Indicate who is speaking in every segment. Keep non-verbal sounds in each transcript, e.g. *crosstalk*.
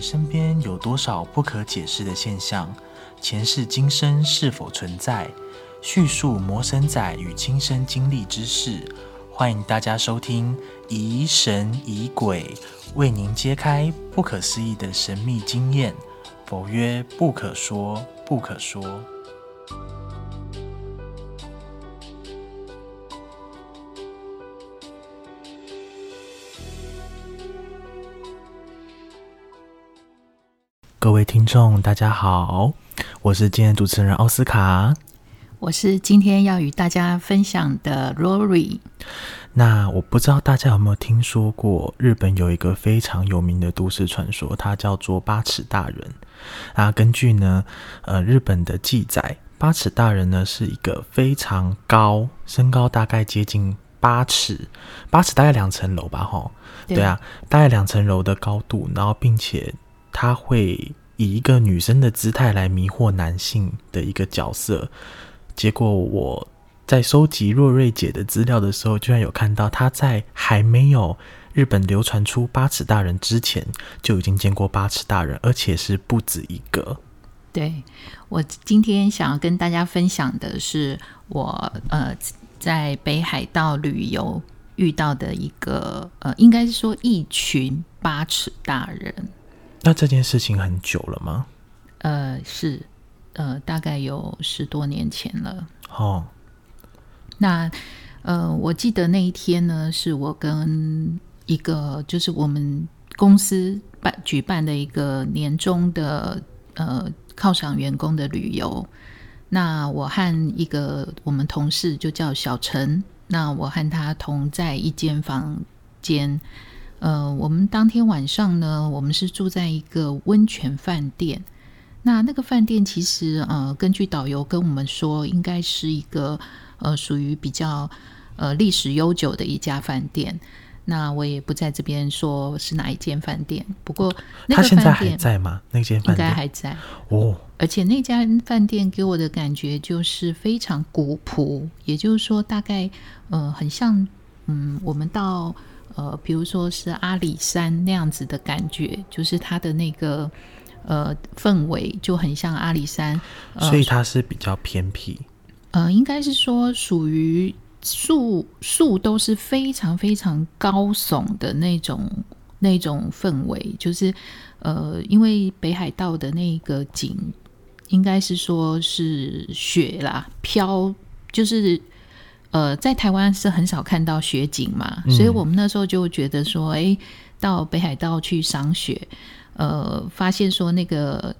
Speaker 1: 身边有多少不可解释的现象？前世今生是否存在？叙述魔神仔与亲身经历之事。欢迎大家收听《疑神疑鬼》，为您揭开不可思议的神秘经验。佛曰：不可说，不可说。各位听众，大家好，我是今天的主持人奥斯卡。
Speaker 2: 我是今天要与大家分享的 Rory。
Speaker 1: 那我不知道大家有没有听说过，日本有一个非常有名的都市传说，它叫做八尺大人。啊，根据呢，呃，日本的记载，八尺大人呢是一个非常高，身高大概接近八尺，八尺大概两层楼吧，吼，
Speaker 2: 对
Speaker 1: 对啊，大概两层楼的高度，然后并且他会以一个女生的姿态来迷惑男性的一个角色。结果我在收集若瑞姐的资料的时候，居然有看到她在还没有日本流传出八尺大人之前，就已经见过八尺大人，而且是不止一个。
Speaker 2: 对我今天想要跟大家分享的是我呃在北海道旅游遇到的一个呃，应该是说一群八尺大人，
Speaker 1: 那这件事情很久了吗？
Speaker 2: 呃是呃大概有十多年前了。
Speaker 1: 哦，
Speaker 2: 那呃，我记得那一天呢，是我跟一个就是我们公司办举办的一个年终的呃犒赏员工的旅游。那我和一个我们同事就叫小陈，那我和他同在一间房间。呃，我们当天晚上呢，我们是住在一个温泉饭店。那那个饭店其实呃，根据导游跟我们说，应该是一个呃属于比较呃历史悠久的一家饭店。那我也不在这边说是哪一间饭店，不过那
Speaker 1: 他
Speaker 2: 个
Speaker 1: 现在
Speaker 2: 饭
Speaker 1: 还
Speaker 2: 店
Speaker 1: 在吗？那间
Speaker 2: 应
Speaker 1: 饭
Speaker 2: 该
Speaker 1: 店？
Speaker 2: 还在，
Speaker 1: 哦，
Speaker 2: 而且那家饭店给我的感觉就是非常古朴，也就是说，大概呃，很像嗯，我们到呃，比如说是阿里山那样子的感觉，就是它的那个呃氛围就很像阿里山，呃
Speaker 1: 所以他是比较偏僻。
Speaker 2: 呃，应该是说属于树树都是非常非常高耸的那种那种氛围，就是呃，因为北海道的那个景，应该是说是雪啦飘，就是。呃，在台湾是很少看到雪景嘛，所以我们那时候就觉得说，哎、到北海道去赏雪，呃，发现说那个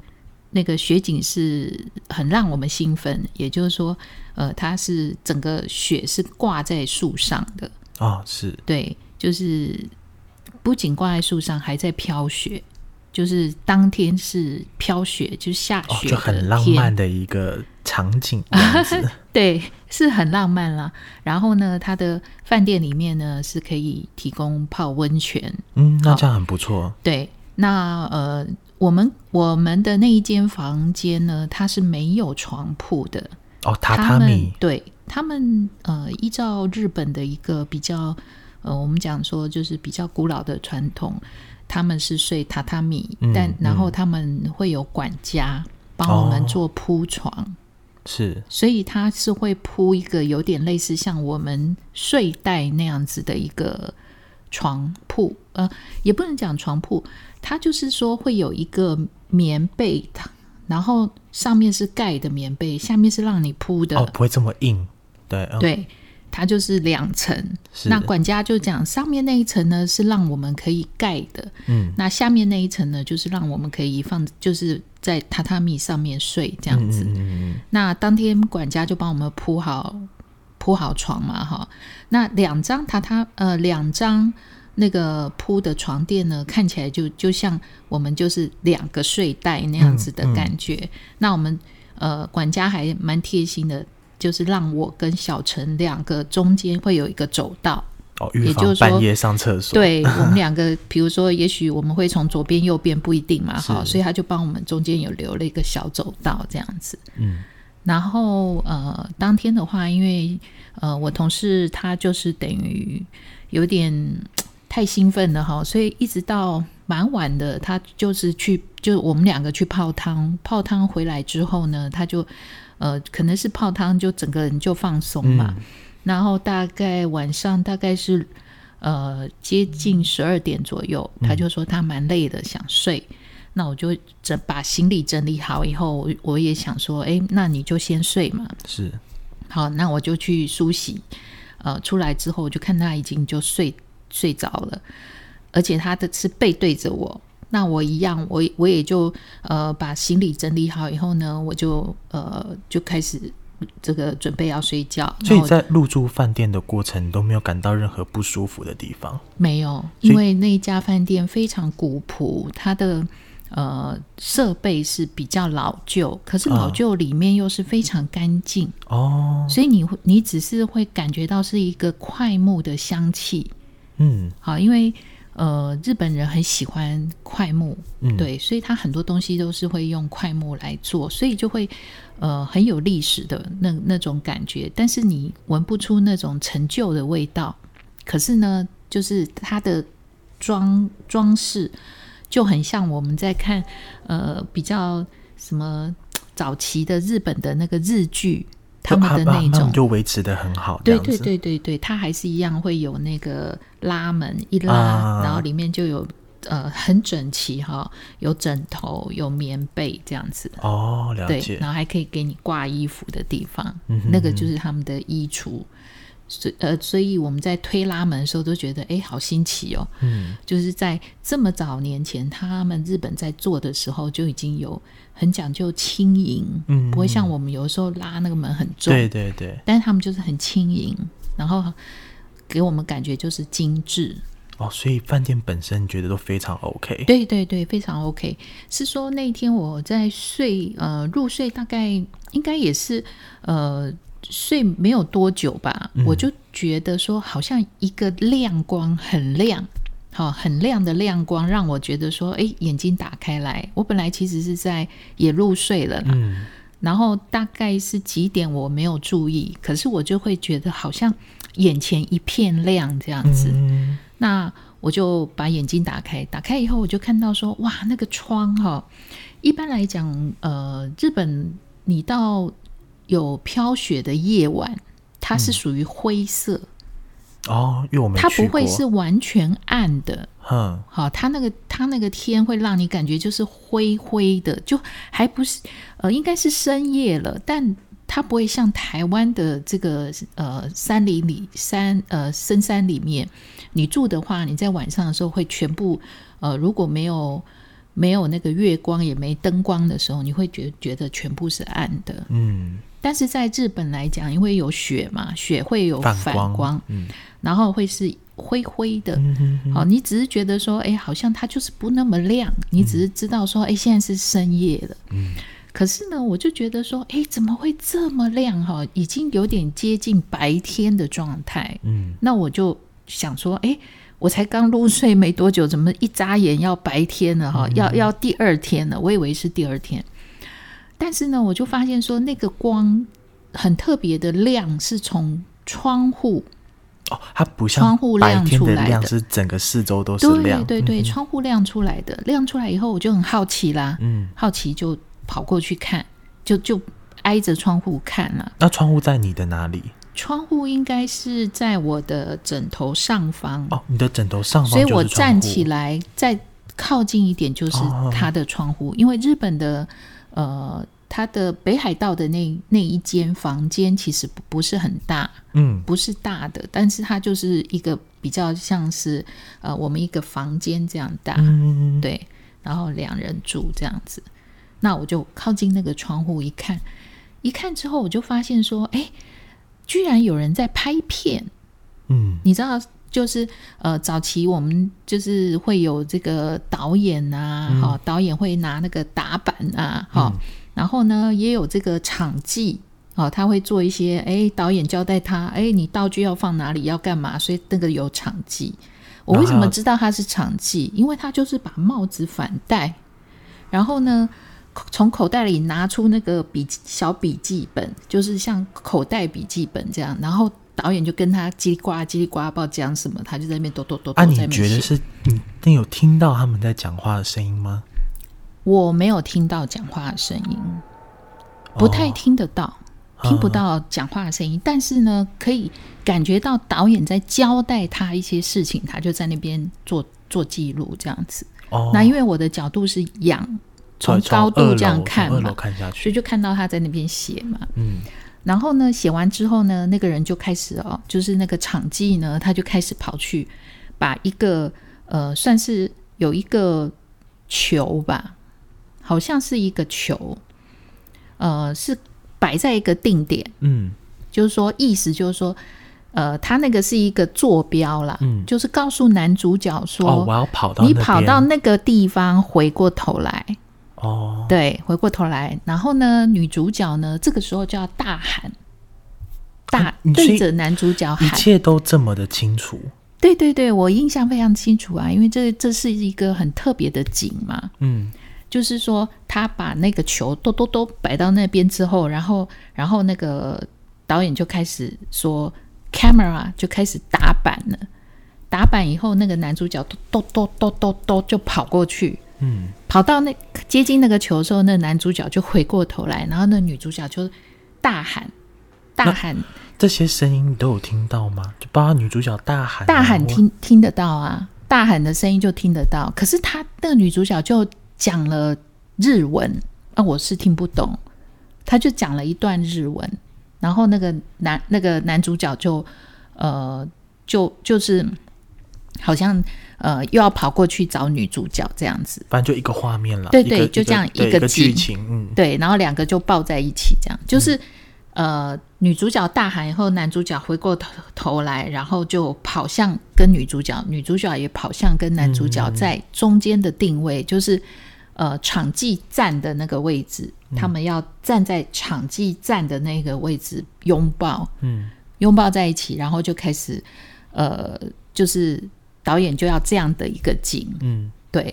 Speaker 2: 那个雪景是很让我们兴奋，也就是说，呃，它是整个雪是挂在树上的，
Speaker 1: 哦，是
Speaker 2: 对，就是不仅挂在树上，还在飘雪，就是当天是飘雪，就是下
Speaker 1: 哦，
Speaker 2: 雪、
Speaker 1: 就很浪漫，的一个场景这样子。
Speaker 2: *laughs* 对，是很浪漫啦。然后呢，它的饭店里面呢是可以提供泡温泉，
Speaker 1: 嗯，那这样很不错。
Speaker 2: 对，那呃，我们我们的那一间房间呢，它是没有床铺的，
Speaker 1: 哦，榻
Speaker 2: 他
Speaker 1: 榻
Speaker 2: 们
Speaker 1: 米。
Speaker 2: 对他们呃，依照日本的一个比较呃，我们讲说就是比较古老的传统，他们是睡榻榻米，
Speaker 1: 嗯
Speaker 2: 但然后
Speaker 1: 嗯
Speaker 2: 他们呃会有管家帮我们
Speaker 1: 哦
Speaker 2: 做铺床。
Speaker 1: 是
Speaker 2: 所以它是会铺一个有点类似像我们睡袋那样子的一个床铺，呃，也不能讲床铺，它就是说会有一个棉被，它然后上面是盖的棉被，下面是让你铺的，
Speaker 1: 哦，不会这么硬。对，嗯、
Speaker 2: 对，它就是两层。
Speaker 1: 是
Speaker 2: 那管家就讲，上面那一层呢是让我们可以盖的，
Speaker 1: 嗯，
Speaker 2: 那下面那一层呢就是让我们可以放，就是在榻榻米上面睡这样
Speaker 1: 嗯
Speaker 2: 子。
Speaker 1: 嗯嗯嗯
Speaker 2: 那当天管家就帮我们铺好铺好床嘛，哈。那两张榻榻呃两张那个铺的床垫呢，看起来就就像我们就是两个睡袋那样子的感觉。那我们呃管家还蛮贴心的，就是让我跟小陈两个中间会有一个走道。
Speaker 1: 哦，预
Speaker 2: 也
Speaker 1: 防
Speaker 2: 就是说
Speaker 1: 半夜上厕所。，
Speaker 2: 对我们两个，比如说，也许我们会从左边、右边不一定嘛，
Speaker 1: 是
Speaker 2: 哈，所以他就帮我们中间有留了一个小走道这样子。
Speaker 1: 嗯，
Speaker 2: 然后呃，当天的话，因为呃，我同事他就是等于有点太兴奋了哈，所以一直到蛮晚的，他就是去，就我们两个去泡汤，泡汤回来之后呢，他就呃，可能是泡汤就整个人就放松嘛，然后大概晚上大概是呃接近十二点左右，他就说他蛮累的，想睡。那我就整把行李整理好以后，我我也想说，哎，那你就先睡嘛。
Speaker 1: 是
Speaker 2: 好，那我就去梳洗。呃，出来之后我就看他已经就睡睡着了，而且他的是背对着我。那我一样，我我也就呃把行李整理好以后呢，我就呃就开始这个准备要睡觉。
Speaker 1: 所以
Speaker 2: 然后
Speaker 1: 在入住饭店的过程都没有感到任何不舒服的地方。
Speaker 2: 没有，
Speaker 1: 所以
Speaker 2: 因为那一家饭店非常古朴，它的呃设备是比较老旧，可是老
Speaker 1: 啊
Speaker 2: 旧里面又是非常干净，
Speaker 1: 哦，
Speaker 2: 所以你会你只是会感觉到是一个快木的香气。
Speaker 1: 嗯
Speaker 2: 好，因为呃日本人很喜欢快木，
Speaker 1: 嗯，，
Speaker 2: 对，所以它很多东西都是会用快木来做，所以就会呃很有历史的那那种感觉，但是你闻不出那种陈旧的味道。可是呢，就是它的装装饰就很像我们在看呃比较什么早期的日本的那个日剧他们的那
Speaker 1: 他
Speaker 2: 种
Speaker 1: 们。就啊维持的很好，这
Speaker 2: 对
Speaker 1: 样
Speaker 2: 对
Speaker 1: 子。
Speaker 2: 对对对，它还是一样会有那个拉门一拉，
Speaker 1: 啊
Speaker 2: 然后里面就有呃很整齐哈、有枕头，有棉被这样子。
Speaker 1: 哦，了
Speaker 2: 对，
Speaker 1: 解
Speaker 2: 然。后还可以给你挂衣服的地方，
Speaker 1: 嗯哼
Speaker 2: 那个就是他们的衣橱。所呃，所以我们在推拉门的时候都觉得，哎，好新奇哦！
Speaker 1: 嗯，
Speaker 2: 就是在这么早年前，他们日本在做的时候就已经有很讲究轻盈，
Speaker 1: 嗯
Speaker 2: 不会像我们有的时候拉那个门很重，
Speaker 1: 对对对，
Speaker 2: 但是他们就是很轻盈，然后给我们感觉就是精致。
Speaker 1: 哦，所以饭店本身觉得都非常 OK。
Speaker 2: 对对对，非常 OK。是说那一天我在睡，呃，入睡大概应该也是呃睡没有多久吧，我就觉得说好像一个亮光很亮。好，很亮的亮光让我觉得说，哎，眼睛打开来。我本来其实是在也入睡了啦，
Speaker 1: 嗯，
Speaker 2: 然后大概是几点我没有注意，可是我就会觉得好像眼前一片亮这样子。
Speaker 1: 嗯，
Speaker 2: 那我就把眼睛打开，打开以后我就看到说，哇，那个窗哈、一般来讲，呃，日本你到有飘雪的夜晚，它是属于灰色，
Speaker 1: 哦，因为我嗯没
Speaker 2: 它
Speaker 1: 去
Speaker 2: 不
Speaker 1: 过
Speaker 2: 会是完全暗的。
Speaker 1: 哼，
Speaker 2: 好，它那个它那个天会让你感觉就是灰灰的，就还不是呃，应该是深夜了，但它不会像台湾的这个呃山林里山呃深山里面，你住的话，你在晚上的时候会全部呃如果没有没有那个月光也没灯光的时候，你会觉觉得全部是暗的。
Speaker 1: 嗯，
Speaker 2: 但是在日本来讲，因为有雪嘛，雪会有
Speaker 1: 反
Speaker 2: 反
Speaker 1: 光
Speaker 2: 光
Speaker 1: 嗯
Speaker 2: 然后会是灰灰的。
Speaker 1: 嗯哼哼嗯
Speaker 2: 好，你只是觉得说，哎，好像它就是不那么亮，你只是知道说，哎，现在是深夜了。嗯。可是呢，我就觉得说，哎，怎么会这么亮？哈，已经有点接近白天的状态。
Speaker 1: 嗯，
Speaker 2: 那我就想说，哎，我才刚入睡没多久，怎么一眨眼要白天了？
Speaker 1: 嗯
Speaker 2: 哈、要要第二天了，我以为是第二天。但是呢，我就发现说，那个光很特别的亮，是从窗户
Speaker 1: 哦，它不
Speaker 2: 窗
Speaker 1: 像
Speaker 2: 户
Speaker 1: 白
Speaker 2: 亮
Speaker 1: 天
Speaker 2: 出
Speaker 1: 的
Speaker 2: 来
Speaker 1: 亮
Speaker 2: 的
Speaker 1: 是整个四周都是
Speaker 2: 对
Speaker 1: 亮，
Speaker 2: 对对，窗户亮出来的，亮出来以后我就很好奇啦，
Speaker 1: 嗯，
Speaker 2: 好奇就跑过去看，就就挨着窗户看啦。
Speaker 1: 那窗户在你的哪里？
Speaker 2: 窗户应该是在我的枕头上方，
Speaker 1: 哦，你的枕头上
Speaker 2: 所
Speaker 1: 方就
Speaker 2: 以
Speaker 1: 是窗户，哦
Speaker 2: 我站起来再靠近一点就是它的窗户，因为日本的呃。它的北海道的那那一间房间其实不不是很大，
Speaker 1: 嗯，
Speaker 2: 不是大的，但是它就是一个比较像是呃我们一个房间这样大，
Speaker 1: 嗯嗯，
Speaker 2: 对，然后两人住这样子。那我就靠近那个窗户一看，一看之后我就发现说，哎，居然有人在拍片。
Speaker 1: 嗯，
Speaker 2: 你知道，就是呃，早期我们就是会有这个导演啊，哈、导演会拿那个打板啊，哈、然后呢也有这个场记。哦，他会做一些，哎，导演交代他，哎，你道具要放哪里，要干嘛，所以那个有场记。我为什么知道他是场记？因为他就是把帽子反戴，然后呢，口从口袋里拿出那个笔记小笔记本，就是像口袋笔记本这样，然后导演就跟他叽里呱啦叽里呱啦，不知道讲什么，他就在那边哆哆哆
Speaker 1: 啊，
Speaker 2: 哆
Speaker 1: 你
Speaker 2: 在那边
Speaker 1: 觉得
Speaker 2: 写
Speaker 1: 是你你有听到他们在讲话的声音吗？
Speaker 2: 我没有听到讲话的声音，不太
Speaker 1: 哦
Speaker 2: 听得到，听不到讲话的声音，但是呢，可以感觉到导演在交代他一些事情，他就在那边做做记录这样子。
Speaker 1: 哦，
Speaker 2: 那因为我的角度是仰，
Speaker 1: 对
Speaker 2: 从高
Speaker 1: 二
Speaker 2: 度
Speaker 1: 楼
Speaker 2: 这样
Speaker 1: 从
Speaker 2: 看
Speaker 1: 二楼
Speaker 2: 嘛，
Speaker 1: 看下去，
Speaker 2: 所以就看到他在那边写嘛。
Speaker 1: 嗯，
Speaker 2: 然后呢，写完之后呢，那个人就开始哦，就是那个场记呢，他就开始跑去把一个呃，算是有一个球吧，好像是一个球，呃，是摆在一个定点，
Speaker 1: 嗯
Speaker 2: 就是说意思就是说，呃，他那个是一个坐标啦，
Speaker 1: 嗯
Speaker 2: 就是告诉男主角说，
Speaker 1: 哦，我要跑到
Speaker 2: 你
Speaker 1: 那
Speaker 2: 跑
Speaker 1: 边
Speaker 2: 到那个地方，回过头来，
Speaker 1: 哦，
Speaker 2: 对，回过头来，然后呢，女主角呢，这个时候就要大喊，大、
Speaker 1: 啊你所以
Speaker 2: 对着男主角
Speaker 1: 一
Speaker 2: 喊。
Speaker 1: 切都这么的清楚，
Speaker 2: 对对对，我印象非常清楚啊，因为这这是一个很特别的景嘛，
Speaker 1: 嗯，
Speaker 2: 就是说他把那个球都都都摆到那边之后，然后然后那个导演就开始说 camera 就开始打板了。打板以后，那个男主角都都都都都都就跑过去，
Speaker 1: 嗯，
Speaker 2: 跑到那接近那个球的时候，那男主角就回过头来，然后那女主角就大喊大喊
Speaker 1: 这些声音你都有听到吗？就包括女主角大喊啊、
Speaker 2: 大喊
Speaker 1: 或，
Speaker 2: 听听得到啊，大喊的声音就听得到。可是她那个女主角就讲了日文，啊，我是听不懂，她就讲了一段日文，然后那个男那个男主角就呃就就是好像呃又要跑过去找女主角这样子，
Speaker 1: 反正就一个画面了，
Speaker 2: 对
Speaker 1: 一个
Speaker 2: 对就这样
Speaker 1: 一个对
Speaker 2: 一
Speaker 1: 一
Speaker 2: 个
Speaker 1: 个剧
Speaker 2: 景
Speaker 1: 情，嗯，
Speaker 2: 对，然后两个就抱在一起，这样就是、呃，女主角大喊以后，男主角回过头头来，然后就跑向跟女主角，女主角也跑向跟男主
Speaker 1: 嗯
Speaker 2: 角在中间的定位，就是呃场记站的那个位置，
Speaker 1: 嗯
Speaker 2: 他们要站在场记站的那个位置拥抱，
Speaker 1: 嗯，
Speaker 2: 拥抱在一起，然后就开始呃，就是导演就要这样的一个景，
Speaker 1: 嗯，
Speaker 2: 对，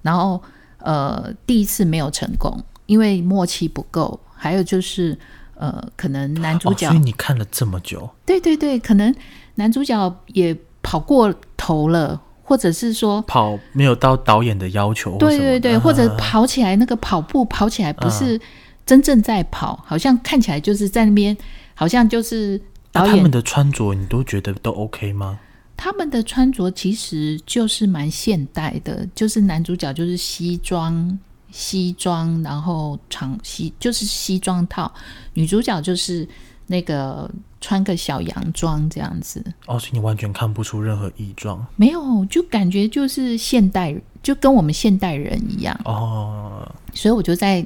Speaker 2: 然后呃，第一次没有成功，因为默契不够，还有就是呃，可能男主
Speaker 1: 哦，
Speaker 2: 角、
Speaker 1: 所以你看了这么久，
Speaker 2: 对对对，可能男主角也跑过头了，或者是说。
Speaker 1: 跑没有到导演的要求或什么啊
Speaker 2: 对
Speaker 1: 的，
Speaker 2: 对对，或者
Speaker 1: 嗯
Speaker 2: 跑起来那个跑步跑起来不是真正在跑，好像看起来就是在那边，好像就是
Speaker 1: 那
Speaker 2: 导
Speaker 1: 啊他
Speaker 2: 演
Speaker 1: 们的穿着你都觉得都 OK 吗？
Speaker 2: 他们的穿着其实就是蛮现代的，就是男主角就是西装，西装，然后长西就是西装套，女主角就是那个穿个小洋装这样子，
Speaker 1: 哦，所以你完全看不出任何异状
Speaker 2: 没有就感觉就是现代，就跟我们现代人一样，
Speaker 1: 哦，
Speaker 2: 所以我就在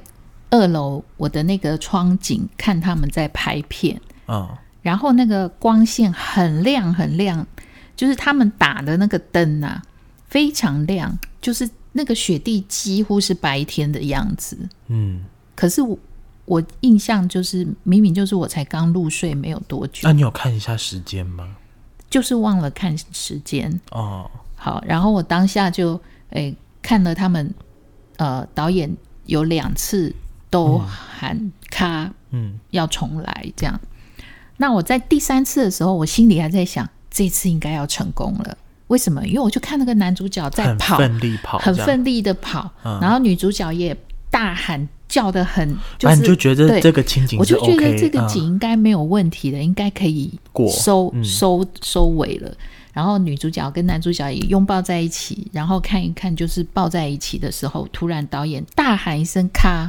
Speaker 2: 二楼我的那个窗景看他们在拍片，
Speaker 1: 嗯，
Speaker 2: 然后那个光线很亮很亮，就是他们打的那个灯啊，非常亮，就是那个雪地几乎是白天的样子。
Speaker 1: 嗯，
Speaker 2: 可是我我印象就是，明明就是我才刚入睡没有多久，
Speaker 1: 那你有看一下时间吗？
Speaker 2: 就是忘了看时间。
Speaker 1: 哦，
Speaker 2: 好，然后我当下就诶看了他们，呃，导演有两次都喊咔、
Speaker 1: 嗯，
Speaker 2: 要重来这样。那我在第三次的时候，我心里还在想，这次应该要成功了。为什么？因为我就看那个男主角在
Speaker 1: 很
Speaker 2: 跑，
Speaker 1: 奋力跑，
Speaker 2: 很
Speaker 1: 这样，
Speaker 2: 奋力的跑，
Speaker 1: 嗯
Speaker 2: 然后女主角也大喊叫的很，就
Speaker 1: 反正啊
Speaker 2: 是
Speaker 1: 你就觉得
Speaker 2: 对
Speaker 1: 这个情景
Speaker 2: 我
Speaker 1: 是
Speaker 2: 就觉
Speaker 1: OK，
Speaker 2: 得这个
Speaker 1: 嗯
Speaker 2: 景应该没有问题的，应该可以
Speaker 1: 过
Speaker 2: 收
Speaker 1: 嗯
Speaker 2: 收收尾了。然后女主角跟男主角也拥抱在一起，然后看一看，就是抱在一起的时候，突然导演大喊一声“咔”，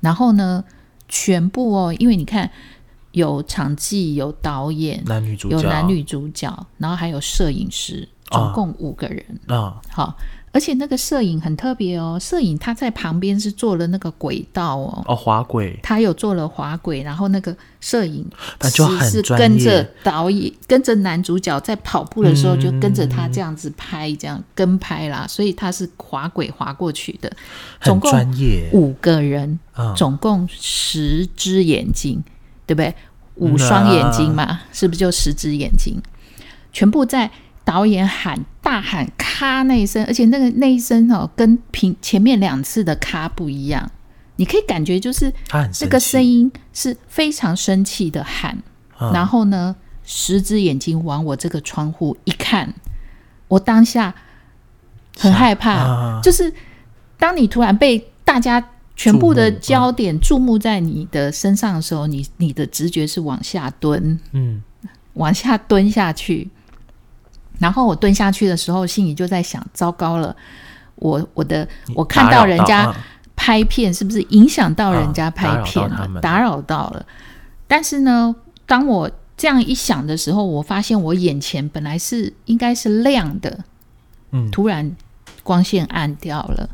Speaker 2: 然后呢，全部哦，因为你看有场记、有导演、
Speaker 1: 男女主角
Speaker 2: 有男女主角，然后还有摄影师，总
Speaker 1: 啊
Speaker 2: 共五个人。
Speaker 1: 啊，
Speaker 2: 好，而且那个摄影很特别哦，摄影他在旁边是做了那个轨道哦，
Speaker 1: 哦，滑轨，
Speaker 2: 他有做了滑轨，然后那个摄影
Speaker 1: 那就
Speaker 2: 师
Speaker 1: 很
Speaker 2: 是
Speaker 1: 专
Speaker 2: 跟
Speaker 1: 业
Speaker 2: 着导演、跟着男主角在跑步的时候，就跟着他这样子拍，这样跟拍啦，所以他是滑轨滑过去的。总
Speaker 1: 很
Speaker 2: 共
Speaker 1: 专业，
Speaker 2: 五个人，
Speaker 1: 嗯，
Speaker 2: 总共十只眼睛，对不对？五双眼睛
Speaker 1: 啊
Speaker 2: 嘛，是不是就十只眼睛？全部在导演喊大喊“咔”那一声，而且那个那一声哦，跟平前面两次的“咔”不一样，你可以感觉就是。
Speaker 1: 他很
Speaker 2: 这个声
Speaker 1: 音，
Speaker 2: 音是非常生气的喊，
Speaker 1: 嗯
Speaker 2: 然后呢，十只眼睛往我这个窗户一看，我当下很害怕，
Speaker 1: 啊
Speaker 2: 就是当你突然被大家全部的
Speaker 1: 注目
Speaker 2: 焦点注目在你的身上的时候，你你的直觉是往下蹲，
Speaker 1: 嗯
Speaker 2: 往下蹲下去。然后我蹲下去的时候，心里就在想：糟糕了，我我的我看
Speaker 1: 打扰到
Speaker 2: 人家
Speaker 1: 啊
Speaker 2: 拍片是不是影响到人家
Speaker 1: 啊
Speaker 2: 拍
Speaker 1: 打扰
Speaker 2: 片
Speaker 1: 到他们
Speaker 2: 打扰到了。但是呢，当我这样一想的时候，我发现我眼前本来是应该是亮的，
Speaker 1: 嗯
Speaker 2: 突然光线暗掉了。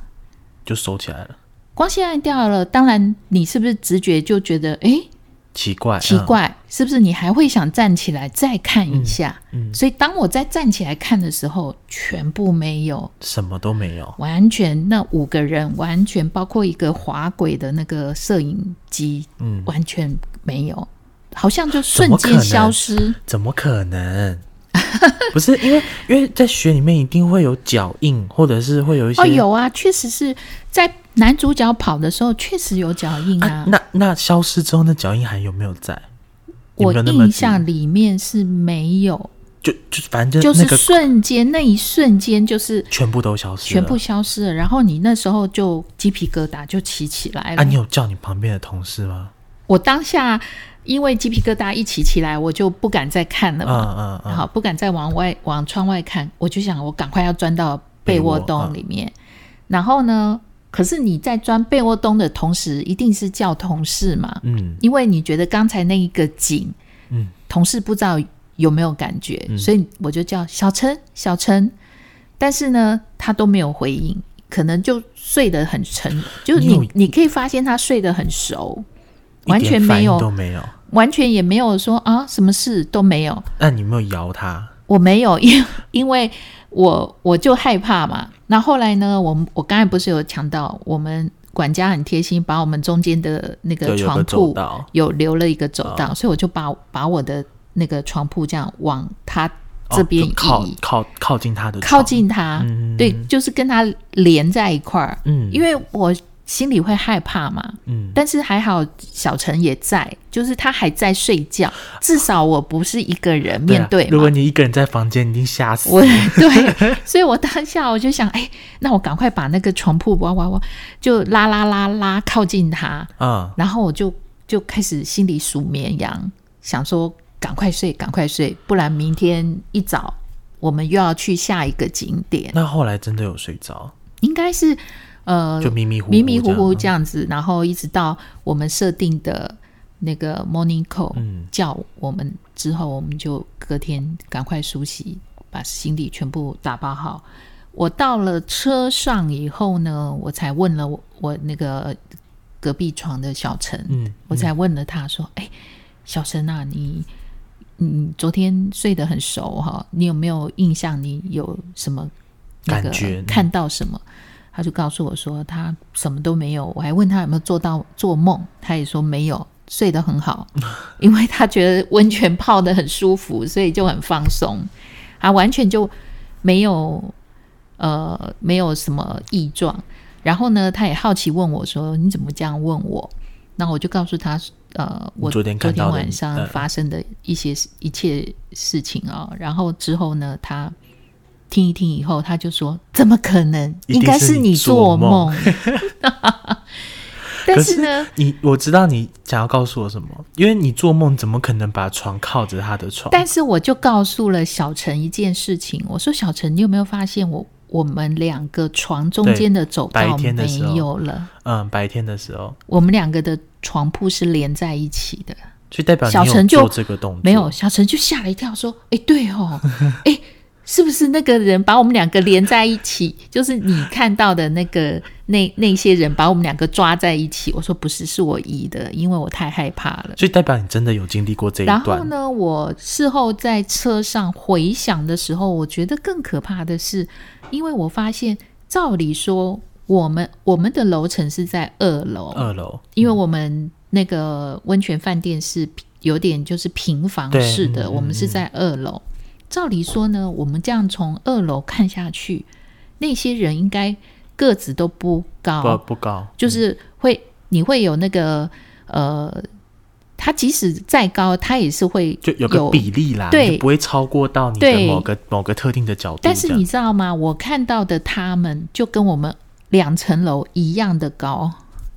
Speaker 1: 就收起来了，
Speaker 2: 光线暗掉了，当然你是不是直觉就觉得，诶，
Speaker 1: 奇怪
Speaker 2: 奇
Speaker 1: 嗯
Speaker 2: 怪，是不是你还会想站起来再看一下？
Speaker 1: 嗯嗯
Speaker 2: 所以当我再站起来看的时候，全部没有，
Speaker 1: 嗯什么都没有，
Speaker 2: 完全那五个人，完全包括一个滑轨的那个摄影机，
Speaker 1: 嗯，
Speaker 2: 完全没有，好像就瞬
Speaker 1: 怎么可
Speaker 2: 间
Speaker 1: 能
Speaker 2: 消失。
Speaker 1: 怎么可能？ *laughs* 不是因为因为在雪里面一定会有脚印，或者是会有一些
Speaker 2: 哦，有啊，确实是在男主角跑的时候，确实有脚印
Speaker 1: 啊
Speaker 2: 啊。
Speaker 1: 那那消失之后，那脚印还有没有在？有
Speaker 2: 我
Speaker 1: 没有那么
Speaker 2: 印
Speaker 1: 急
Speaker 2: 象里面是没有，
Speaker 1: 就就反正
Speaker 2: 就是
Speaker 1: 那个
Speaker 2: 瞬间那一瞬间就是
Speaker 1: 全部都消失了，
Speaker 2: 全部消失
Speaker 1: 啊
Speaker 2: 了，然后你那时候就鸡皮疙瘩就起起来了。
Speaker 1: 啊！你有叫你旁边的同事吗？
Speaker 2: 我当下因为鸡皮疙瘩一起起来，我就不敢再看了
Speaker 1: 嗯
Speaker 2: 嘛，
Speaker 1: 嗯嗯，
Speaker 2: 好，不敢再往外往窗外看，我就想我赶快要钻到被窝
Speaker 1: 啊
Speaker 2: 洞里面。然后呢，可是你在钻被窝洞的同时，一定是叫同事嘛，
Speaker 1: 嗯
Speaker 2: 因为你觉得刚才那一个景，
Speaker 1: 嗯，
Speaker 2: 同事不知道有没有感觉，所以我就叫小陈，小陈。但是呢，他都没有回应，可能就睡得很沉，就是
Speaker 1: 你有
Speaker 2: 你你可以发现他睡得很熟，完
Speaker 1: 一
Speaker 2: 全
Speaker 1: 点反
Speaker 2: 没
Speaker 1: 应
Speaker 2: 有
Speaker 1: 都，没有。
Speaker 2: 完全也没有说啊什么事都没有。
Speaker 1: 那你有没有摇他？
Speaker 2: 我没有， *laughs* 因因为我我就害怕嘛。那后来呢，我们我刚才不是有强到，我们管家很贴心，把我们中间的那
Speaker 1: 就
Speaker 2: 个
Speaker 1: 有
Speaker 2: 床
Speaker 1: 个走
Speaker 2: 铺
Speaker 1: 道，啊
Speaker 2: 有留了一个走道，所以我就把把我的那个床铺这样往他这边
Speaker 1: 哦
Speaker 2: 移，
Speaker 1: 就靠靠靠近他的
Speaker 2: 靠
Speaker 1: 床，
Speaker 2: 近他，
Speaker 1: 嗯
Speaker 2: 对，就是跟他连在一块儿，
Speaker 1: 嗯，
Speaker 2: 因为我心里会害怕嘛。
Speaker 1: 嗯
Speaker 2: 但是还好，小陈也在，就是他还在睡觉，至少我不是一个人面
Speaker 1: 对
Speaker 2: 对
Speaker 1: 啊
Speaker 2: 嘛。
Speaker 1: 如果你一个人在房间，你一定吓死。
Speaker 2: 我 *laughs* 对，所以我当下我就想，哎、那我赶快把那个床铺哇哇哇，就拉拉拉拉靠近他，
Speaker 1: 嗯，
Speaker 2: 然后我就就开始心里数绵羊，想说赶快睡，赶快睡，不然明天一早我们又要去下一个景点，
Speaker 1: 那后来真的有睡着，
Speaker 2: 应该是呃
Speaker 1: 就迷迷糊糊
Speaker 2: 迷迷糊糊
Speaker 1: 这嗯
Speaker 2: 这样子，然后一直到我们设定的那个 morning call、
Speaker 1: 嗯
Speaker 2: 叫我们之后，我们就隔天赶快梳洗，把行李全部打包好。我到了车上以后呢，我才问了我我那个隔壁床的小陈，
Speaker 1: 嗯，
Speaker 2: 我才问了他说：“哎、小陈啊，你你昨天睡得很熟哈，你有没有印象？你有什么那个
Speaker 1: 感觉嗯
Speaker 2: 看到什么？”他就告诉我说他什么都没有。我还问他有没有做到做梦，他也说没有，睡得
Speaker 1: *laughs*
Speaker 2: 很好，因为他觉得温泉泡得很舒服，所以就很放松，啊，完全就没有呃没有什么异状。然后呢，他也好奇问我说：“你怎么这样问我？”那我就告诉他，呃，我
Speaker 1: 你昨天看到的
Speaker 2: 晚上
Speaker 1: 呃
Speaker 2: 发生的一些、一切事情啊、然后之后呢，他听一听以后，他就说：“怎么可能？
Speaker 1: 一
Speaker 2: 应
Speaker 1: 定
Speaker 2: 该
Speaker 1: 是
Speaker 2: 是
Speaker 1: 你
Speaker 2: 做
Speaker 1: 做 *laughs*
Speaker 2: 梦 *laughs*
Speaker 1: 梦。”
Speaker 2: 但
Speaker 1: 可
Speaker 2: 是呢，
Speaker 1: 你我知道你想要告诉我什么，因为你做梦怎么可能把床靠着他的床？
Speaker 2: 但是我就告诉了小陈一件事情，我说：“小陈，你有没有发现我我们两个床中
Speaker 1: 对
Speaker 2: 间的走
Speaker 1: 白
Speaker 2: 道
Speaker 1: 天的
Speaker 2: 没
Speaker 1: 时候
Speaker 2: 有了？
Speaker 1: 嗯，白天的时候，
Speaker 2: 我们两个的床铺是连在一起的。”
Speaker 1: 所以代表
Speaker 2: 小
Speaker 1: 你有
Speaker 2: 陈就
Speaker 1: 做这个动作，
Speaker 2: 没有，小陈就吓了一跳，说：“哎、对哦， *laughs* 哎、是不是那个人把我们两个连在一起？ *laughs* 就是你看到的那个那那些人把我们两个抓在一起？”我说：“不是，是我移的，因为我太害怕了。”
Speaker 1: 所以代表你真的有经历过这一
Speaker 2: 然后
Speaker 1: 段。
Speaker 2: 呢，我事后在车上回想的时候，我觉得更可怕的是，因为我发现，照理说，我们我们的楼层是在二楼，
Speaker 1: 二楼，
Speaker 2: 因为我们那个温泉饭店是平有点就是平房
Speaker 1: 对
Speaker 2: 式的，
Speaker 1: 嗯
Speaker 2: 我们是在二楼。照理说呢，我们这样从二楼看下去，那些人应该个子都不高，
Speaker 1: 不不高，
Speaker 2: 就是会你会有那个呃，它即使再高，它也是会
Speaker 1: 就有个比例啦，
Speaker 2: 对
Speaker 1: 你就不会超过到你的
Speaker 2: 对
Speaker 1: 某个某个特定的角度这
Speaker 2: 但
Speaker 1: 样。
Speaker 2: 是你知道吗？我看到的他们就跟我们两层楼一样的高，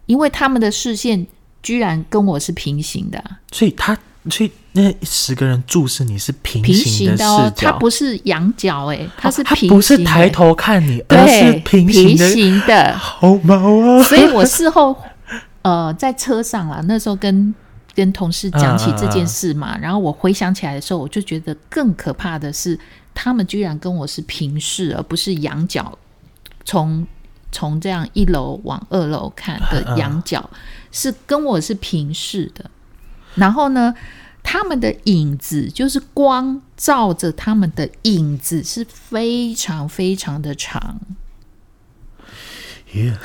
Speaker 2: 因为他们的视线居然跟我是平行的啊，
Speaker 1: 所以他所以那十个人注视你是平
Speaker 2: 平
Speaker 1: 的
Speaker 2: 行的
Speaker 1: 视
Speaker 2: 哦，
Speaker 1: 角，
Speaker 2: 他不是仰角哎、他是
Speaker 1: 哦他
Speaker 2: 平行、
Speaker 1: 不是抬，头看你，而是
Speaker 2: 对，
Speaker 1: 平
Speaker 2: 行
Speaker 1: 的，
Speaker 2: 的
Speaker 1: 好毛啊！
Speaker 2: 所以我事后呃在车上啦，那时候跟跟同事讲起这件事嘛，然后我回想起来的时候，我就觉得更可怕的是，他们居然跟我是平视，而不是仰角，从从这样一楼往二楼看的仰角，是跟我是平视的。然后呢，他们的影子就是光照着他们的影子是非常非常的长，
Speaker 1: 耶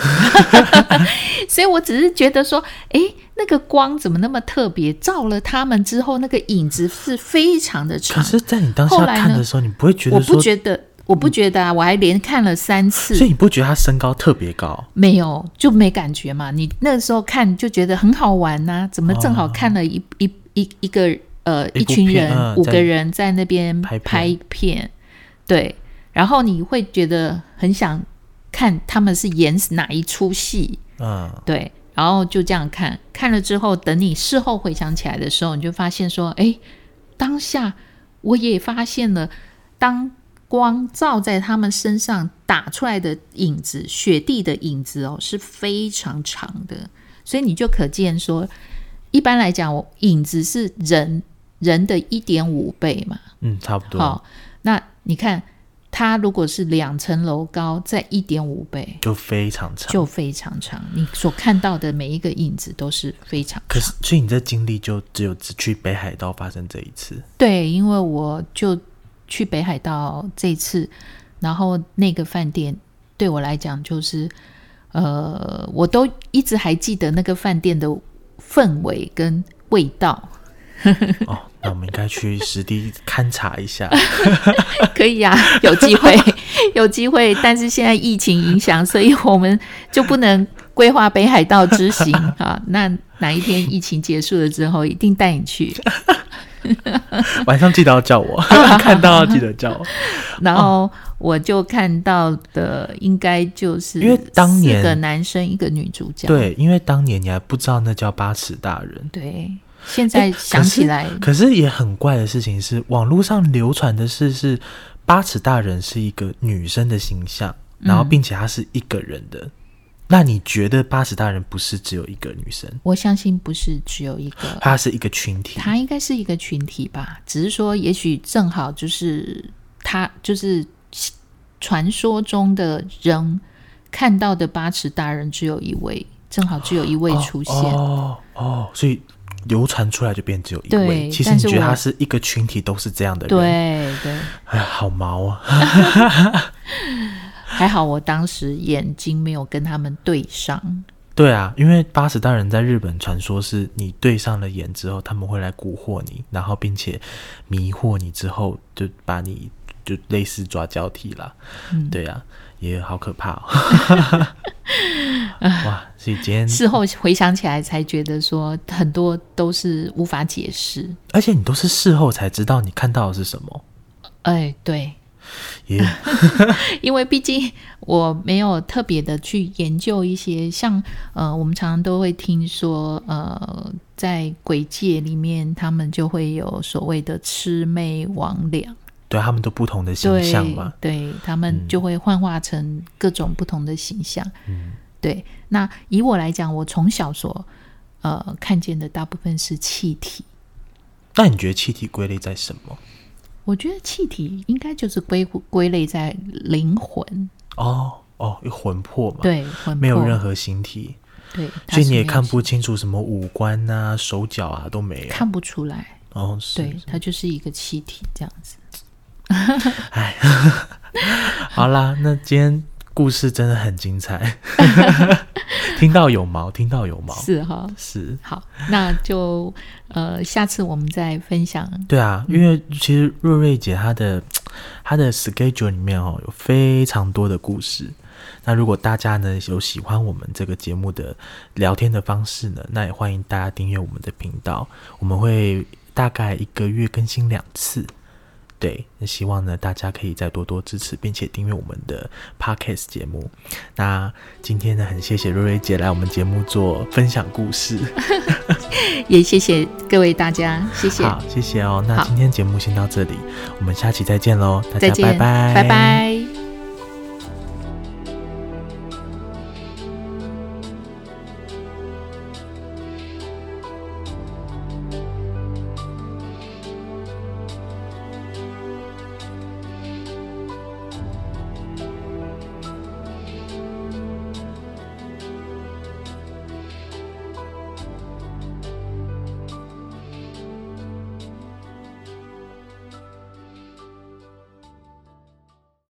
Speaker 2: 所以我只是觉得说，诶，那个光怎么那么特别？照了他们之后，那个影子是非常的
Speaker 1: 可
Speaker 2: 长。
Speaker 1: 是，在你当下
Speaker 2: 后来呢
Speaker 1: 看的时候，你不会觉
Speaker 2: 我
Speaker 1: 得
Speaker 2: 不
Speaker 1: 说，嗯
Speaker 2: 觉得，我不觉得啊，我还连看了三次
Speaker 1: 所以，你不觉得他身高特别高？
Speaker 2: 没有就没感觉嘛。你那时候看就觉得很好玩呐、怎么正好看了一、一一一个呃
Speaker 1: 哦一部
Speaker 2: 一群
Speaker 1: 片
Speaker 2: 人、
Speaker 1: 嗯
Speaker 2: 五
Speaker 1: 在
Speaker 2: 个人在那边
Speaker 1: 拍片
Speaker 2: 片对，然后你会觉得很想看他们是演哪一出戏，
Speaker 1: 嗯，
Speaker 2: 对，然后就这样看，看了之后，等你事后回想起来的时候，你就发现说，哎，当下我也发现了，当光照在他们身上打出来的影子，雪地的影子哦，是非常长的，所以你就可见说，一般来讲，我影子是人人的一点五倍嘛，
Speaker 1: 嗯，差不多。
Speaker 2: 好、那你看。它如果是两层楼高，在一点五倍，
Speaker 1: 就非常长。
Speaker 2: 就非常长，你所看到的每一个影子都是非常
Speaker 1: 可
Speaker 2: 长。
Speaker 1: 是，所以你这经历就只有只去北海道发生这一
Speaker 2: *laughs*
Speaker 1: 次。
Speaker 2: 对，因为我就去北海道这次，然后那个饭店对我来讲就是，呃，我都一直还记得那个饭店的氛围跟味
Speaker 1: *laughs*
Speaker 2: 道。
Speaker 1: 哦，那我们应该去实地勘察一下。 *laughs*
Speaker 2: 可以啊，有机会， *laughs* 有机会。但是现在疫情影响，所以我们就不能规划北海道之行 *laughs* 啊。那哪一天疫情结束了之后，一定带你去。
Speaker 1: 晚上记得要叫
Speaker 2: *laughs*
Speaker 1: 我，看到要记得叫我。
Speaker 2: 然后我就看到的应该就是
Speaker 1: 因为当年
Speaker 2: 四个男生一个女主角，
Speaker 1: 对，因为当年你还不知道那叫八尺大人。
Speaker 2: 对现在
Speaker 1: 诶
Speaker 2: 想起来，
Speaker 1: 可是，可是也很怪的事情是，网络上流传的是是八尺大人是一个女生的形象，
Speaker 2: 嗯
Speaker 1: 然后并且她是一个人的。那你觉得八尺大人不是只有一个女生，
Speaker 2: 我相信不是只有一个，
Speaker 1: 她是一个群体？
Speaker 2: 他应该是一个群体吧，只是说也许正好就是他就是传说中的人看到的八尺大人只有一位，正好只有一位出现，
Speaker 1: 哦哦哦，所以流传出来就变只有一位。
Speaker 2: 对
Speaker 1: 其实
Speaker 2: 但
Speaker 1: 你
Speaker 2: 是
Speaker 1: 觉得
Speaker 2: 我
Speaker 1: 他是一个群体，都是这样的人，
Speaker 2: 对对。
Speaker 1: 哎，好毛啊！
Speaker 2: 还好我当时眼睛没有跟他们对上，
Speaker 1: 对啊，因为八十大人在日本传说是你对上了眼之后，他们会来蛊惑你，然后并且迷惑你之后，就把你就类似抓交替啦。
Speaker 2: 嗯
Speaker 1: 对啊，也好可
Speaker 2: *laughs*
Speaker 1: 怕、哦。哇，所以今天，
Speaker 2: 事后回想起来才觉得说很多都是无法解释。
Speaker 1: 而且你都是事后才知道你看到的是什么，
Speaker 2: 哎，对， *laughs*
Speaker 1: 也
Speaker 2: 因为毕竟我没有特别的去研究一些像呃，我们常常都会听说呃，在鬼界里面他们就会有所谓的魑魅魍魉，
Speaker 1: 对他们都不同的形
Speaker 2: 对
Speaker 1: 象嘛。嗯
Speaker 2: 对他们就会幻化成各种不同的形象。
Speaker 1: 嗯
Speaker 2: 对，那以我来讲，我从小所呃看见的大部分是气体。
Speaker 1: 那你觉得气体归类在什么？
Speaker 2: 我觉得气体应该就是归归类在灵魂，
Speaker 1: 哦哦，有魂魄嘛，，
Speaker 2: 对，魂魄
Speaker 1: 没有任何形体，
Speaker 2: 对，它
Speaker 1: 所以
Speaker 2: 是
Speaker 1: 你也
Speaker 2: 没有
Speaker 1: 看
Speaker 2: 形
Speaker 1: 不清楚什么五官啊、手脚啊都没有。
Speaker 2: 看不出来，
Speaker 1: 哦，是
Speaker 2: 对，，它就是一个气体这样子。
Speaker 1: 好啦，那今天故事真的很精彩， *laughs* 听到有毛，听到有毛，
Speaker 2: 是哈。
Speaker 1: 是。
Speaker 2: 好，那就呃，下次我们再分享。
Speaker 1: 对啊，因为其实若瑞姐她的她的 schedule 里面哦有非常多的故事，那如果大家呢有喜欢我们这个节目的聊天的方式呢，那也欢迎大家订阅我们的频道，我们会大概一个月更新两次。对，那希望呢大家可以再多多支持，并且订阅我们的 podcast 节目。那今天呢，很谢谢瑞瑞姐来我们节目做分享故事，
Speaker 2: 也谢谢各位大家，谢谢，
Speaker 1: 好，谢谢哦。那
Speaker 2: 好
Speaker 1: 今天节目先到这里，我们下期再见喽，大
Speaker 2: 再
Speaker 1: 家
Speaker 2: 见，
Speaker 1: 拜拜，
Speaker 2: 拜拜